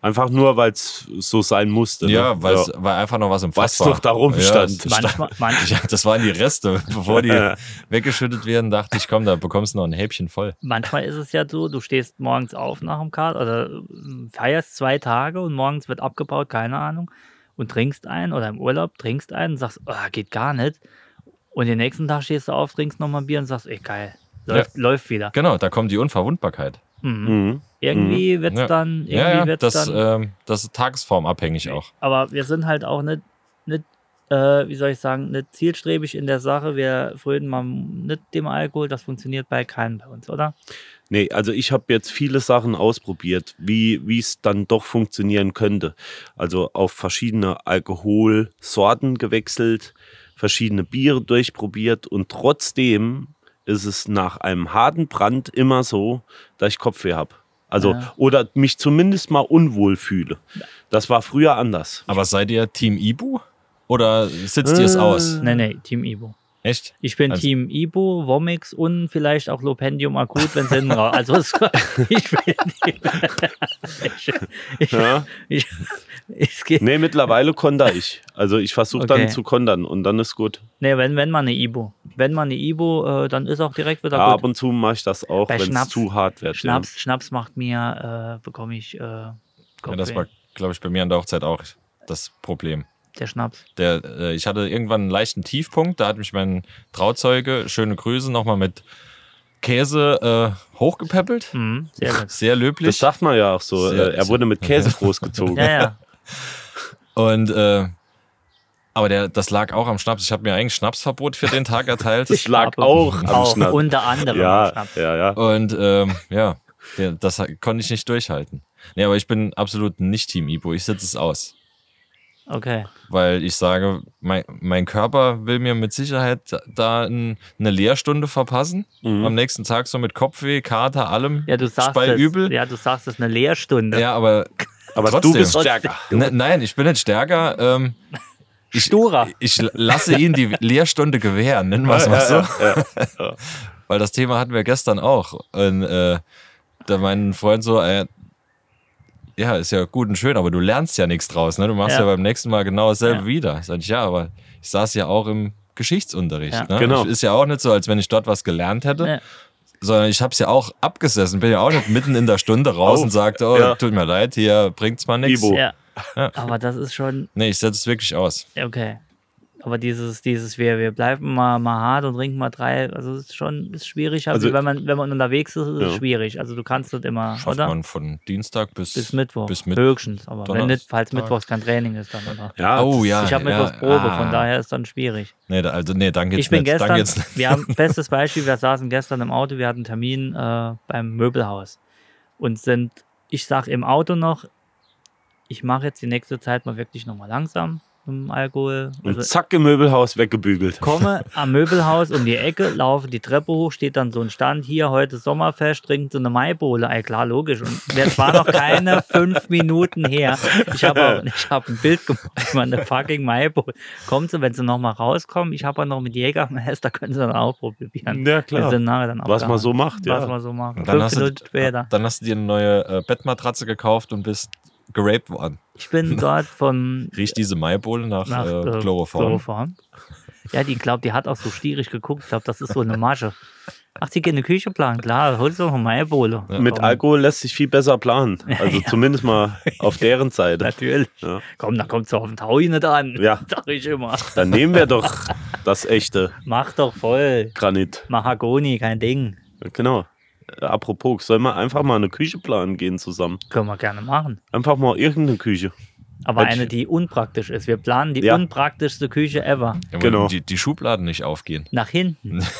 Speaker 6: Einfach nur, weil es so sein musste.
Speaker 5: ja,
Speaker 6: ne?
Speaker 5: weil es- weil einfach noch was im Fass
Speaker 6: Weil's
Speaker 5: war.
Speaker 6: noch da rumstand.
Speaker 5: Ja, es-
Speaker 4: manchmal, manch,
Speaker 5: ja, das waren die Reste. Bevor die weggeschüttet werden, dachte ich, komm, da bekommst du noch ein Häbchen voll.
Speaker 4: manchmal ist es ja so, du stehst morgens auf nach dem Kater oder ähm, feierst zwei Tage und morgens wird abgebaut, keine Ahnung, und trinkst einen oder im Urlaub trinkst einen und sagst, oh, geht gar nicht. Und den nächsten Tag stehst du auf, trinkst nochmal ein Bier und sagst, ey, geil, läuft, läuft wieder.
Speaker 5: Genau, da kommt die Unverwundbarkeit.
Speaker 4: Mhm.
Speaker 6: Mhm.
Speaker 4: Irgendwie wird's
Speaker 5: Ja.
Speaker 4: dann, irgendwie
Speaker 5: Ja, ja,
Speaker 4: wird's
Speaker 5: das,
Speaker 4: dann.
Speaker 5: ähm, das ist tagesformabhängig auch.
Speaker 4: aber wir sind halt auch nicht, nicht äh, wie soll ich sagen, nicht zielstrebig in der Sache. Wir frönen mal nicht dem Alkohol. Das funktioniert bei keinem bei uns, oder?
Speaker 6: Nee, also ich habe jetzt viele Sachen ausprobiert, wie wie es dann doch funktionieren könnte. Also auf verschiedene Alkoholsorten gewechselt, verschiedene Biere durchprobiert und trotzdem ist es nach einem harten Brand immer so, dass ich Kopfweh habe. Also
Speaker 4: Ja.
Speaker 6: oder mich zumindest mal unwohl fühle. Das war früher anders.
Speaker 5: Aber seid ihr Team Ibu? Oder sitzt
Speaker 4: Äh.
Speaker 5: ihr es aus?
Speaker 4: Nee, nee, Team Ibo.
Speaker 5: Echt?
Speaker 4: Ich bin
Speaker 5: Also-
Speaker 4: Team Ibo, Vomix und vielleicht auch Lopendium akut, wenn es hinten raus. Also es, ich bin ich, ich,
Speaker 6: Ja?
Speaker 4: ich, es geht,
Speaker 6: Nee, mittlerweile konter ich. Also ich versuche dann
Speaker 4: Okay.
Speaker 6: zu kontern und dann ist gut.
Speaker 4: nee, wenn, wenn man eine Ibo. Wenn man eine Ibo, äh, dann ist auch direkt wieder
Speaker 6: Ja, ab
Speaker 4: gut.
Speaker 6: und zu mache ich das auch,
Speaker 4: Bei
Speaker 6: wenn es
Speaker 4: Schnaps-
Speaker 6: zu hart wird.
Speaker 4: Schnaps, Schnaps macht mir, äh, bekomme ich äh,
Speaker 5: Ja, das
Speaker 4: Kopfweh.
Speaker 5: war, glaube ich, bei mir an der Hochzeit auch das Problem.
Speaker 4: der Schnaps.
Speaker 5: Der, äh, ich hatte irgendwann einen leichten Tiefpunkt, da hat mich mein Trauzeuge, schöne Grüße, nochmal mit Käse äh, hochgepäppelt.
Speaker 4: Mhm, sehr gut.
Speaker 5: Sehr
Speaker 6: Ja. Das
Speaker 5: löblich.
Speaker 6: sagt man ja auch so.
Speaker 5: Sehr-
Speaker 6: äh, er wurde mit Käse großgezogen.
Speaker 4: Ja, ja.
Speaker 5: Und äh, aber der, das lag auch am Schnaps. Ich habe mir eigentlich Schnapsverbot für den Tag erteilt.
Speaker 6: Das lag auch am
Speaker 4: auch
Speaker 6: Schnaps.
Speaker 4: unter anderem am
Speaker 6: Ja,
Speaker 4: Schnaps.
Speaker 6: ja, ja.
Speaker 5: Und ähm, ja, der, das ha- konnte ich nicht durchhalten. Nee, aber ich bin absolut nicht Team Ibo. Ich sitze es aus.
Speaker 4: Okay.
Speaker 5: Weil ich sage, mein, mein Körper will mir mit Sicherheit da- da ein, eine Lehrstunde verpassen. Am nächsten Tag so mit Kopfweh, Kater, allem.
Speaker 4: Mhm. Ja, du sagst es.
Speaker 5: Übel. Ja,
Speaker 4: Ja, du sagst es eine Lehrstunde.
Speaker 5: aber,
Speaker 6: Aber
Speaker 5: trotzdem.
Speaker 6: du bist stärker.
Speaker 5: Ne, nein, ich bin nicht stärker. Ähm, ich,
Speaker 4: Sturer.
Speaker 5: ich lasse ihn die Lehrstunde gewähren, nennen wir es mal so. Weil das Thema hatten wir gestern auch. Und äh, da mein Freund so, äh, ja, ist ja gut und schön, aber du lernst ja nichts draus. Ne? Du machst ja.
Speaker 4: Ja.
Speaker 5: beim nächsten Mal genau dasselbe
Speaker 4: Ja.
Speaker 5: wieder. Sag ich, ja, aber ich saß ja auch im Geschichtsunterricht.
Speaker 4: Ja.
Speaker 5: Ne?
Speaker 6: Genau.
Speaker 5: Ich, ist ja auch nicht so, als wenn ich dort was gelernt hätte,
Speaker 4: Ja.
Speaker 5: sondern ich habe es ja auch abgesessen. Bin ja auch nicht mitten in der Stunde raus
Speaker 6: Auf.
Speaker 5: und sagte, oh,
Speaker 6: Ja.
Speaker 5: tut mir leid, hier bringt's mal nichts.
Speaker 6: Ibo.
Speaker 4: Ja. Aber das ist schon
Speaker 5: Nee, ich setze es wirklich aus.
Speaker 4: okay. Aber dieses, dieses, wir, wir bleiben mal, mal hart und trinken mal drei, also es ist schon ist schwierig, also,
Speaker 6: Also-
Speaker 4: wenn man, wenn man unterwegs ist, ist es
Speaker 6: Ja.
Speaker 4: schwierig. Also du kannst das immer,
Speaker 5: Schafft
Speaker 4: oder?
Speaker 5: man von Dienstag bis,
Speaker 4: Bis Mittwoch.
Speaker 5: Bis Mitt-
Speaker 4: Höchstens. Aber wenn nicht, falls
Speaker 5: Donnerstag.
Speaker 4: Mittwochs kein Training ist, dann oder?
Speaker 6: Ja,
Speaker 5: oh
Speaker 6: das-
Speaker 5: ja.
Speaker 4: Ich habe
Speaker 5: ja,
Speaker 4: Mittwochs Probe,
Speaker 5: ah.
Speaker 4: von daher ist dann schwierig.
Speaker 5: Nee, da- also nee, dann geht's
Speaker 4: ich bin
Speaker 5: nicht. dann
Speaker 4: gestern,
Speaker 5: geht's nicht.
Speaker 4: wir haben bestes Beispiel, wir saßen gestern im Auto, wir hatten einen Termin äh, beim Möbelhaus und sind, ich sag im Auto noch, ich mache jetzt die nächste Zeit mal wirklich nochmal langsam im Alkohol.
Speaker 6: Und
Speaker 4: Also
Speaker 6: zack, im Möbelhaus weggebügelt.
Speaker 4: komme am Möbelhaus um die Ecke, laufe die Treppe hoch, steht dann so ein Stand, hier heute Sommerfest, trinken sie eine Maibowle. Ey, klar, logisch. Und das war noch keine fünf Minuten her. Ich habe auch- ich habe ein Bild gemacht, ich meine, eine fucking Maibowle. Kommt sie, wenn sie nochmal rauskommen, ich habe auch noch mit Jägermeister, können sie dann auch probieren.
Speaker 6: Ja,
Speaker 4: Wir sind nachher dann auch
Speaker 6: Was
Speaker 4: da.
Speaker 6: man so macht,
Speaker 4: Was
Speaker 6: ja.
Speaker 4: man so macht.
Speaker 5: Und
Speaker 4: Fünf
Speaker 5: hast du,
Speaker 4: Minuten später.
Speaker 5: dann hast du dir eine neue äh, Bettmatratze gekauft und bist geraped worden.
Speaker 4: Ich bin dort vom
Speaker 5: Riecht diese Maibohle nach,
Speaker 4: nach
Speaker 5: äh, Chloroform.
Speaker 4: Ja, die glaubt, die hat auch so stierig geguckt. Ich glaube, das ist so eine Masche. Ach, die gehen in die Küche planen, klar, hol doch noch mal Ebola.
Speaker 6: Mit Alkohol lässt sich viel besser planen. Also zumindest mal auf deren Seite.
Speaker 4: Natürlich.
Speaker 6: Ja.
Speaker 4: Komm, da kommt so auf den Taui nicht an.
Speaker 6: Ja.
Speaker 4: Sag ich immer.
Speaker 6: Dann nehmen wir doch das echte
Speaker 4: Mach doch voll.
Speaker 6: Granit.
Speaker 4: Mahagoni, kein Ding.
Speaker 6: Genau. Äh, Apropos, sollen wir einfach mal eine Küche planen gehen zusammen?
Speaker 4: Können wir gerne machen.
Speaker 6: Einfach mal irgendeine Küche.
Speaker 4: Aber
Speaker 6: Mensch.
Speaker 4: eine, die unpraktisch ist. Wir planen die
Speaker 6: Ja.
Speaker 4: unpraktischste Küche ever.
Speaker 5: Ja, weil
Speaker 6: genau.
Speaker 5: Die, die Schubladen nicht aufgehen.
Speaker 4: Nach hinten.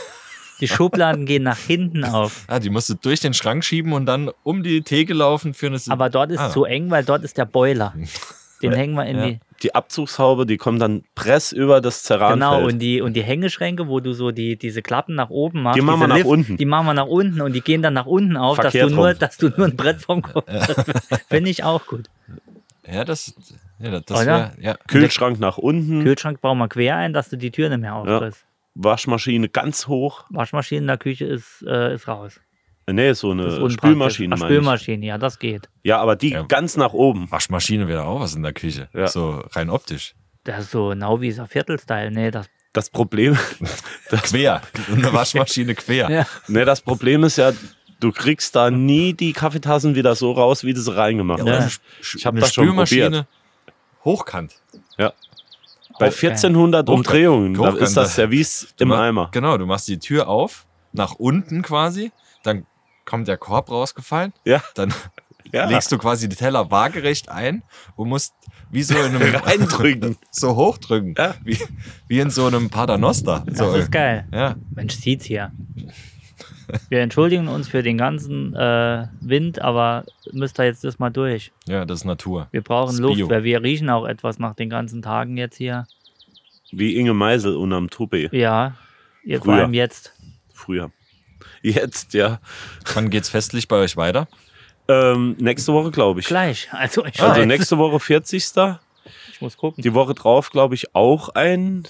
Speaker 4: Die Schubladen gehen nach hinten auf.
Speaker 5: Ah, die musst du durch den Schrank schieben und dann um die Theke laufen für eine.
Speaker 4: Aber dort ist
Speaker 5: Ah.
Speaker 4: zu eng, weil dort ist der Boiler. Den hängen wir in
Speaker 5: Ja.
Speaker 4: die.
Speaker 6: Die Abzugshaube, die kommt dann press über das Terran.
Speaker 4: Genau, und die, und die Hängeschränke, wo du so die, diese Klappen nach oben machst.
Speaker 6: Die machen
Speaker 4: diese
Speaker 6: wir nach unten.
Speaker 4: Die machen wir nach unten und die gehen dann nach unten auf, dass du,
Speaker 6: Verkehrt
Speaker 4: nur,
Speaker 6: rum.
Speaker 4: dass du nur ein Brett vom Kopf hast. Finde ich auch gut.
Speaker 5: ja, das. Ja, das
Speaker 4: Oder?
Speaker 5: wär, ja.
Speaker 6: Kühlschrank nach unten,
Speaker 4: Kühlschrank brauchen wir quer ein, dass du die Tür nicht mehr aufkriegst.
Speaker 6: Waschmaschine ganz hoch.
Speaker 4: Waschmaschine in der Küche ist, äh, ist raus.
Speaker 6: Äh, Nee, so
Speaker 4: Ist
Speaker 6: eine
Speaker 4: unpraktisch.
Speaker 6: Spülmaschine.
Speaker 4: Ach,
Speaker 6: meine ich.
Speaker 4: Spülmaschine, ja, das geht.
Speaker 6: Ja, aber die
Speaker 5: Ja.
Speaker 6: ganz nach oben.
Speaker 5: Waschmaschine wäre auch was in der Küche.
Speaker 6: Ja.
Speaker 5: So rein optisch.
Speaker 4: Das ist so genau wie dieser Viertelstyle. Nee, das
Speaker 6: Das Problem,
Speaker 5: Quer. Eine Waschmaschine quer.
Speaker 4: Ja.
Speaker 6: ne, das Problem ist ja, du kriegst da nie die Kaffeetassen wieder so raus, wie du sie reingemacht
Speaker 5: Oder
Speaker 6: hast.
Speaker 5: eine Sch-
Speaker 6: Ich hab
Speaker 5: eine
Speaker 6: das schon
Speaker 5: Spülmaschine
Speaker 6: probiert.
Speaker 5: Hochkant.
Speaker 6: Bei
Speaker 4: Okay.
Speaker 6: 1400
Speaker 5: Hochkant-
Speaker 6: Umdrehungen, da
Speaker 5: Hochkant-
Speaker 6: ist das Service
Speaker 5: Du
Speaker 6: im
Speaker 5: ma-
Speaker 6: Eimer.
Speaker 5: Genau, du machst die Tür auf, nach unten quasi, dann kommt der Korb rausgefallen,
Speaker 6: Ja.
Speaker 5: dann
Speaker 6: Ja.
Speaker 5: legst du quasi die Teller waagerecht ein und musst wie so in einem
Speaker 6: Reindrücken.
Speaker 5: so hochdrücken,
Speaker 6: Ja.
Speaker 5: wie, wie in so einem Paternoster.
Speaker 4: Das
Speaker 5: So,
Speaker 4: ist geil.
Speaker 5: ja,
Speaker 4: Mensch, sieht's hier. Wir entschuldigen uns für den ganzen äh, Wind, aber müsst ihr jetzt das mal durch.
Speaker 5: ja, das ist Natur.
Speaker 4: Wir brauchen
Speaker 5: Das
Speaker 4: Luft,
Speaker 5: Bio.
Speaker 4: weil wir riechen auch etwas nach den ganzen Tagen jetzt hier.
Speaker 6: Wie Inge Meisel unterm Toupet
Speaker 4: Ja, jetzt, vor
Speaker 6: Früher.
Speaker 4: allem jetzt.
Speaker 6: früher. Jetzt, ja.
Speaker 5: Wann geht's festlich bei euch weiter?
Speaker 6: Ähm, nächste Woche, glaube ich.
Speaker 4: Gleich. Also ich
Speaker 6: Also
Speaker 4: weiß.
Speaker 6: nächste Woche 40.
Speaker 4: Ich muss gucken.
Speaker 6: Die Woche drauf, glaube ich, auch ein.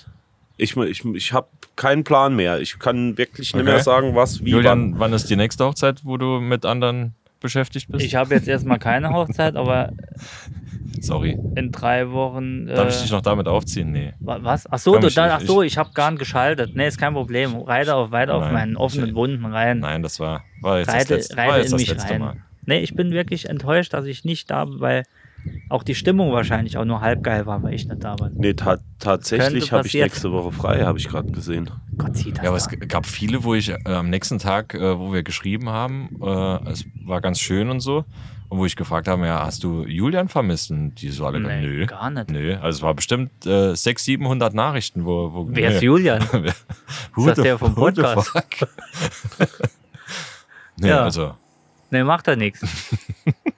Speaker 6: Ich, ich, ich habe keinen Plan mehr. Ich kann wirklich nicht
Speaker 5: Okay.
Speaker 6: mehr sagen, was, wie, wann.
Speaker 5: Julian, wann ist die nächste Hochzeit, wo du mit anderen beschäftigt bist?
Speaker 4: Ich habe jetzt erstmal keine Hochzeit, aber
Speaker 5: Sorry.
Speaker 4: in drei Wochen. Äh,
Speaker 5: Darf ich dich noch damit aufziehen? Nee.
Speaker 4: wa- Was? Ach so,
Speaker 5: Komm,
Speaker 4: du,
Speaker 5: ich-
Speaker 4: dann, ach
Speaker 5: ich-
Speaker 4: so, ich habe gar nicht geschaltet. Nee, ist kein Problem. Reite auf weiter auf
Speaker 5: Nein,
Speaker 4: meinen offenen
Speaker 5: ich-
Speaker 4: Wunden rein.
Speaker 5: Nein, das war, war jetzt
Speaker 4: reite
Speaker 5: das letzte, war
Speaker 4: reite
Speaker 5: jetzt
Speaker 4: in
Speaker 5: das
Speaker 4: mich
Speaker 5: letzte
Speaker 4: rein.
Speaker 5: Mal.
Speaker 4: Nee, ich bin wirklich enttäuscht, dass ich nicht da bin, weil auch die Stimmung wahrscheinlich auch nur halb geil war, weil ich nicht da war.
Speaker 6: Nee, ta tatsächlich
Speaker 4: Könnte
Speaker 6: habe ich
Speaker 4: passieren.
Speaker 6: nächste Woche frei, habe ich gerade gesehen.
Speaker 4: Gott, sieht das
Speaker 5: Ja, aber
Speaker 4: da.
Speaker 5: es g- gab viele, wo ich äh, am nächsten Tag, äh, wo wir geschrieben haben, äh, es war ganz schön und so, und wo ich gefragt habe, ja, hast du Julian vermisst? Und die so alle,
Speaker 4: Nee,
Speaker 5: nö.
Speaker 4: gar nicht.
Speaker 5: Nö, also es war bestimmt äh, 600, 700 Nachrichten, wo... wo
Speaker 4: Wer ist
Speaker 5: nö.
Speaker 4: Julian?
Speaker 5: Who
Speaker 4: Ist das
Speaker 5: the-
Speaker 4: der vom
Speaker 5: who the
Speaker 4: Podcast?
Speaker 5: fuck? nee,
Speaker 4: Ja.
Speaker 5: also,
Speaker 4: Nee, macht er nichts.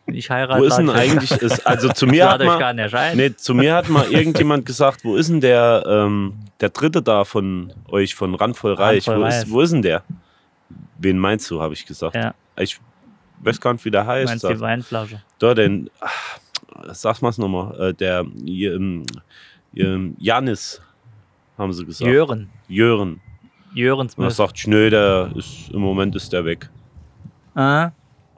Speaker 4: Ich heirate. halt
Speaker 6: Wo ist denn
Speaker 4: lad ich-
Speaker 6: eigentlich ist also zu mir hat
Speaker 4: Lad euch gar
Speaker 6: mal,
Speaker 4: nicht rein.
Speaker 6: nee, zu mir hat mal irgendjemand gesagt, wo ist denn der ähm, der dritte da von euch von Randvoll Reich?
Speaker 4: Randvoll
Speaker 6: Wo
Speaker 4: Reich.
Speaker 6: ist, wo ist denn der? Wen meinst du, habe ich gesagt.
Speaker 4: Ja.
Speaker 6: Ich weiß gar nicht, wie der heißt.
Speaker 4: meinst die
Speaker 6: Sag,
Speaker 4: Weinflasche?
Speaker 6: da denn ach, sag mal's nochmal, äh, der ähm, ähm, Janis haben sie gesagt.
Speaker 4: Jören.
Speaker 6: Jören.
Speaker 4: Jörens
Speaker 6: Und er
Speaker 4: Müssen.
Speaker 6: sagt, Schnöder ist im Moment ist der weg.
Speaker 4: Ah,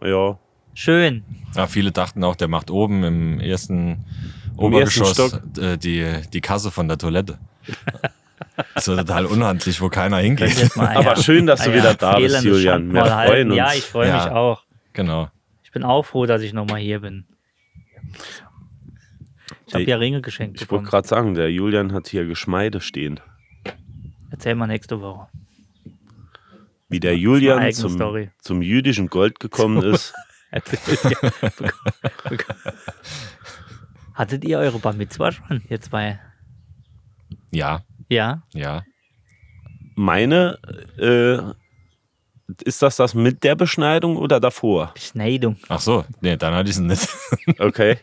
Speaker 6: Ja.
Speaker 4: schön.
Speaker 5: ja, viele dachten auch, der macht oben im ersten
Speaker 6: ersten
Speaker 5: Obergeschoss
Speaker 6: Stock.
Speaker 5: äh, die, die Kasse von der Toilette. so total unhandlich, wo keiner
Speaker 4: Könnt ihr
Speaker 5: hingeht.
Speaker 4: jetzt mal- ja.
Speaker 6: Aber schön, dass du
Speaker 4: Ah ja,
Speaker 6: wieder da bist,
Speaker 4: elende
Speaker 6: Julian. Wir
Speaker 4: Schandmaul halten.
Speaker 6: freuen uns.
Speaker 4: Ja, ich freue
Speaker 5: Ja.
Speaker 4: mich auch.
Speaker 5: Genau.
Speaker 4: Ich bin auch froh, dass ich nochmal hier bin. Ich habe
Speaker 6: Die-
Speaker 4: ja Ringe geschenkt
Speaker 6: Ich wollte
Speaker 4: bekommen.
Speaker 6: gerade sagen, der Julian hat hier Geschmeide stehen.
Speaker 4: Erzähl mal nächste Woche.
Speaker 6: Wie der
Speaker 4: Das
Speaker 6: Julian
Speaker 4: ist eine eigene
Speaker 6: zum,
Speaker 4: Story.
Speaker 6: zum jüdischen Gold gekommen ist.
Speaker 4: Erzähl dir. Hattet ihr eure Bar Mitzwa schon, ihr zwei?
Speaker 5: Ja,
Speaker 4: Ja?
Speaker 5: ja.
Speaker 6: Meine, äh, ist das das mit der Beschneidung oder davor?
Speaker 4: Schneidung.
Speaker 5: Ach so, nee, dann hatte ich es nicht.
Speaker 6: Okay.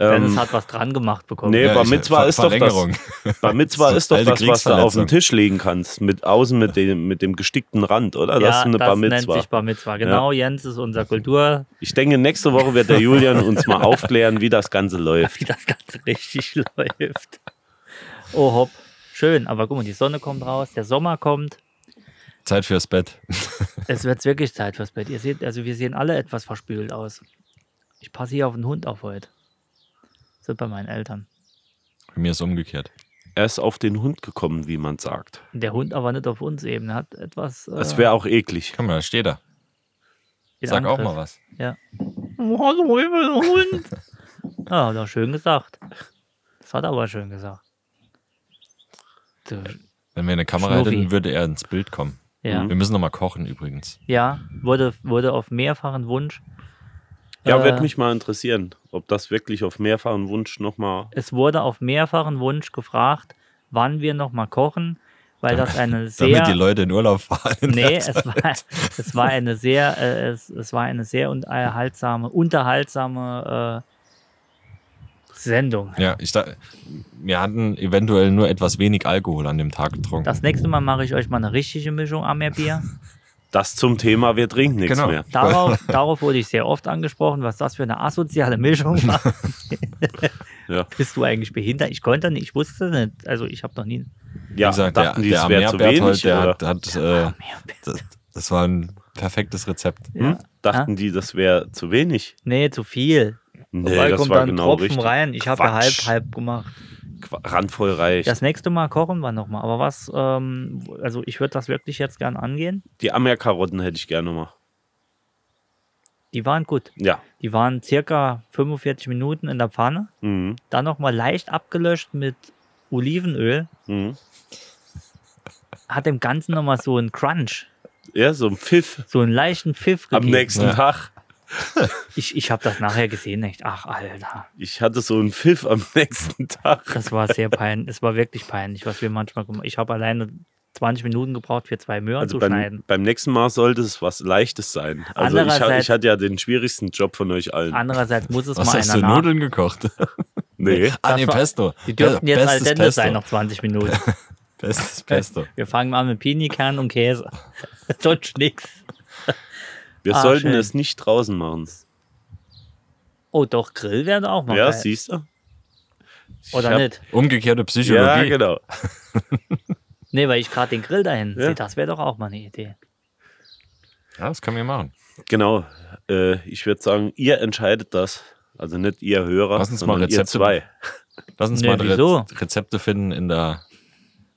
Speaker 4: Denn
Speaker 6: Ähm,
Speaker 4: es hat was dran gemacht bekommen.
Speaker 6: nee,
Speaker 5: Ja,
Speaker 6: Bar
Speaker 5: ich-
Speaker 6: Mitzwa
Speaker 5: Ver-
Speaker 6: ist doch das.
Speaker 5: Verlängerung.
Speaker 6: Bar Mitzwa
Speaker 5: Das
Speaker 6: ist doch
Speaker 5: alte
Speaker 6: das, was du auf
Speaker 5: Kriegsverletzung.
Speaker 6: den Tisch legen kannst. Mit außen mit dem, mit dem gestickten Rand, oder? das ist eine
Speaker 4: das
Speaker 6: Bar
Speaker 4: nennt
Speaker 6: Mitzwa.
Speaker 4: sich Bar Mitzwa. Genau, Jens ist unser Kultur,
Speaker 6: Ich denke, nächste Woche wird der Julian uns mal aufklären, wie das Ganze läuft.
Speaker 4: wie das Ganze richtig läuft. Oh hopp. Schön, aber guck mal, die Sonne kommt raus, der Sommer kommt.
Speaker 5: Zeit fürs Bett.
Speaker 4: Es wird wirklich Zeit fürs Bett. Ihr seht, also wir sehen alle etwas verspült aus. Ich passe hier auf den Hund auf heute. Sind bei meinen Eltern.
Speaker 5: Bei mir ist umgekehrt.
Speaker 6: Er ist auf den Hund gekommen, wie man sagt.
Speaker 4: Der Hund aber nicht auf uns eben. Er hat etwas. Äh,
Speaker 6: Das wäre auch eklig.
Speaker 5: Komm mal, steht da.
Speaker 4: in
Speaker 5: Sag auch
Speaker 4: Angriff.
Speaker 5: mal was.
Speaker 4: Ja. Oh, so ein Hund. ah, hat er schön gesagt. Das hat er aber schön gesagt. Du,
Speaker 5: Wenn wir eine Kamera hätten,
Speaker 4: Schnuffi.
Speaker 5: würde er ins Bild kommen.
Speaker 4: ja.
Speaker 5: Wir müssen noch mal kochen übrigens.
Speaker 4: Ja, wurde, wurde auf mehrfachen Wunsch.
Speaker 6: Ja,
Speaker 4: Äh,
Speaker 6: wird mich mal interessieren, ob das wirklich auf mehrfachen Wunsch nochmal.
Speaker 4: Es wurde auf mehrfachen Wunsch gefragt, wann wir nochmal kochen, weil das eine sehr.
Speaker 5: Damit die Leute in Urlaub fahren.
Speaker 4: Nee, es war, es war eine sehr, äh, es, es war eine sehr unterhaltsame, unterhaltsame äh, Sendung.
Speaker 5: Ja, ich da, wir hatten eventuell nur etwas wenig Alkohol an dem Tag getrunken.
Speaker 4: Das nächste Mal mache ich euch mal eine richtige Mischung Ammerbier.
Speaker 6: Das zum Thema, wir trinken nichts
Speaker 5: Genau.
Speaker 6: mehr.
Speaker 4: Darauf, darauf wurde ich sehr oft angesprochen, was das für eine asoziale Mischung war.
Speaker 6: Ja,
Speaker 4: Bist du eigentlich behindert? Ich konnte nicht, ich wusste nicht. Also ich habe noch nie.
Speaker 5: Wie
Speaker 6: ja
Speaker 5: gesagt, der,
Speaker 6: dachten die,
Speaker 5: der
Speaker 6: es wäre
Speaker 5: Amer
Speaker 6: zu wenig.
Speaker 5: Berthold, der
Speaker 6: oder?
Speaker 5: hat, hat äh,
Speaker 4: Ammerbier.
Speaker 5: das, das war ein perfektes Rezept.
Speaker 6: hm? Dachten die, das wäre zu wenig?
Speaker 4: Nee, zu viel.
Speaker 6: Nee,
Speaker 4: Weil
Speaker 6: das
Speaker 4: kommt
Speaker 6: war
Speaker 4: dann
Speaker 6: genau
Speaker 4: Tropfen
Speaker 6: richtig.
Speaker 4: rein. Ich habe ja halb,
Speaker 6: Quatsch.
Speaker 4: halb gemacht.
Speaker 6: Qua- Randvoll reich.
Speaker 4: Das nächste Mal kochen wir nochmal. Aber was, ähm, also ich würde das wirklich jetzt gern angehen.
Speaker 6: Die Ammerkarotten hätte ich gerne mal.
Speaker 4: Die waren gut.
Speaker 6: Ja.
Speaker 4: Die waren circa 45 Minuten in der Pfanne.
Speaker 6: Mhm.
Speaker 4: Dann nochmal leicht abgelöscht mit Olivenöl.
Speaker 6: Mhm.
Speaker 4: Hat dem Ganzen nochmal so einen Crunch,
Speaker 6: Ja, so ein Pfiff
Speaker 4: so einen leichten Pfiff
Speaker 6: am
Speaker 4: gegeben.
Speaker 6: nächsten
Speaker 5: Ja.
Speaker 6: Tag.
Speaker 4: Ich, ich habe das nachher gesehen, echt. Ach, Alter.
Speaker 6: Ich hatte so einen Pfiff am nächsten Tag.
Speaker 4: Das war sehr peinlich. Es war wirklich peinlich, was wir manchmal gemacht haben. Ich habe alleine 20 Minuten gebraucht, für zwei Möhren
Speaker 6: Also
Speaker 4: zu
Speaker 6: beim,
Speaker 4: schneiden.
Speaker 6: beim nächsten Mal sollte es was Leichtes sein. Also ich, ha-
Speaker 4: Andererseits-
Speaker 6: ich hatte ja den schwierigsten Job von euch allen.
Speaker 4: Andererseits muss es
Speaker 5: Was
Speaker 4: mal
Speaker 5: hast
Speaker 4: einer
Speaker 5: du,
Speaker 4: nach.
Speaker 5: Nudeln gekocht?
Speaker 6: nee.
Speaker 5: Ah, nee,
Speaker 4: war-
Speaker 5: Pesto.
Speaker 4: Die dürften
Speaker 5: Be-
Speaker 4: jetzt al
Speaker 5: Bestes
Speaker 4: dente sein,
Speaker 5: Pesto.
Speaker 4: noch 20 Minuten.
Speaker 5: Bestes Pesto.
Speaker 4: Wir fangen an mit Pinienkern und Käse. Sonst nix.
Speaker 6: Wir
Speaker 4: Ah,
Speaker 6: sollten
Speaker 4: schön.
Speaker 6: es nicht draußen machen.
Speaker 4: Oh, doch, Grill wäre auch mal
Speaker 6: Ja,
Speaker 4: geil.
Speaker 6: siehst du?
Speaker 4: Oder
Speaker 6: hab-
Speaker 4: nicht?
Speaker 5: Umgekehrte
Speaker 6: Ja,
Speaker 5: Psychologie.
Speaker 6: genau.
Speaker 4: Nee, weil ich gerade den Grill dahin
Speaker 6: Ja.
Speaker 4: sehe. Das wäre doch auch mal eine Idee.
Speaker 5: Ja, das können wir machen.
Speaker 6: Genau. Äh, ich würde sagen, ihr entscheidet das. Also nicht ihr Hörer,
Speaker 5: Lass uns mal
Speaker 6: sondern ihr
Speaker 5: Rezepte-
Speaker 6: zwei.
Speaker 5: Lass uns
Speaker 4: Nee,
Speaker 5: mal die
Speaker 4: wieso?
Speaker 5: Rez- Rezepte finden in der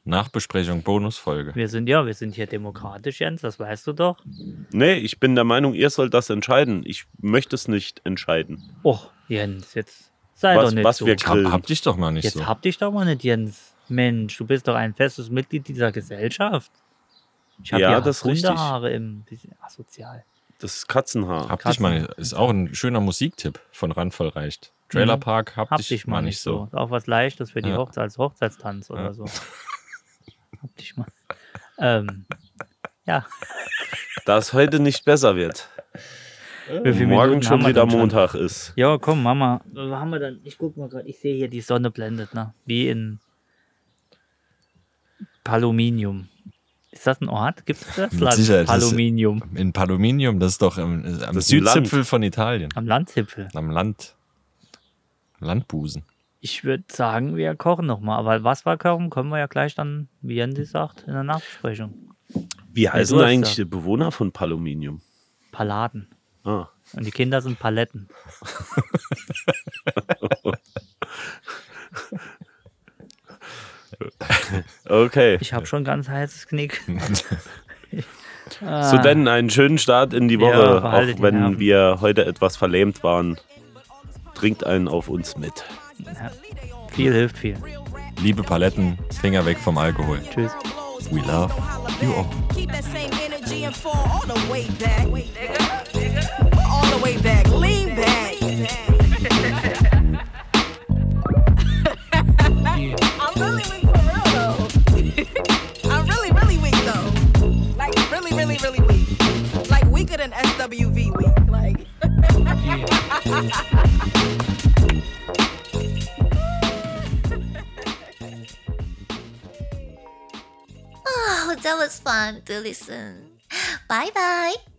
Speaker 5: Nachbesprechung, Bonusfolge.
Speaker 4: Wir sind ja, wir sind hier demokratisch, Jens, das weißt du doch.
Speaker 6: Nee, ich bin der Meinung, ihr sollt das entscheiden. Ich möchte es nicht entscheiden.
Speaker 4: Och, Jens, jetzt sei
Speaker 6: Was-
Speaker 4: doch nicht
Speaker 6: was
Speaker 4: so.
Speaker 6: wir
Speaker 5: Hab,
Speaker 6: Grillen.
Speaker 5: hab dich doch mal nicht
Speaker 4: Jetzt
Speaker 5: so.
Speaker 4: hab dich doch mal nicht, Jens. Mensch, du bist doch ein festes Mitglied dieser Gesellschaft. Ich habe
Speaker 6: Ja,
Speaker 4: ja
Speaker 6: das ist richtig.
Speaker 4: Hundehaare im bisschen asozial.
Speaker 6: Das ist Katzenhaar.
Speaker 5: Hab dich mal nicht, ist auch ein schöner Musiktipp von Randvoll reicht. Trailer
Speaker 4: Mhm.
Speaker 5: Park, hab,
Speaker 4: Hab dich mal nicht so. Auch was Leichtes für die
Speaker 5: Ja.
Speaker 4: Hochze als Hochzeitstanz oder
Speaker 5: Ja.
Speaker 4: so. Hab dich mal. Ähm, ja,
Speaker 6: Da es heute nicht besser wird.
Speaker 4: wie viele
Speaker 6: Morgen
Speaker 4: Minuten haben
Speaker 6: schon
Speaker 4: wir
Speaker 6: wieder
Speaker 4: denn
Speaker 6: Montag ist.
Speaker 4: Ja, komm, Mama. Wo haben wir dann? Ich guck mal gerade. Ich sehe hier, die Sonne blendet, ne? Wie in Paluminium. Ist das ein Ort? Gibt es das?
Speaker 5: Mit
Speaker 4: Land?
Speaker 5: Sicherheit, das ist-
Speaker 4: Paluminium.
Speaker 5: In Palominium, das ist doch am, am
Speaker 6: Das ist ein
Speaker 5: Südzipfel von Italien.
Speaker 4: Am Landzipfel.
Speaker 5: Am Land. Landbusen.
Speaker 4: Ich würde sagen, wir kochen nochmal. Aber was wir kochen, können wir ja gleich dann, wie Jensi sagt, in der Nachbesprechung.
Speaker 6: Wie heißen
Speaker 4: du hast
Speaker 6: eigentlich
Speaker 4: da-
Speaker 6: die Bewohner von Palominium?
Speaker 4: Paladen.
Speaker 6: Ah,
Speaker 4: Und die Kinder sind Paletten.
Speaker 6: okay.
Speaker 4: Ich habe schon ganz heißes Knick.
Speaker 6: So, denn einen schönen Start in die
Speaker 4: Ja,
Speaker 6: Woche,
Speaker 4: behaltet
Speaker 6: auch
Speaker 4: die
Speaker 6: wenn
Speaker 4: Nerven.
Speaker 6: wir heute etwas verlähmt waren. Trinkt einen auf uns mit.
Speaker 4: Viel hilft viel.
Speaker 5: Liebe Paletten, Finger weg vom Alkohol.
Speaker 4: Tschüss.
Speaker 5: We love you all.
Speaker 3: Keep that same energy and fall all the way
Speaker 2: Way back, all the way back, lean back. I'm really weak for real though. I'm really, really weak though. Like really, really, really weak. Like weaker than SWV weak. Like.
Speaker 1: Oh, that was fun to listen. Bye bye.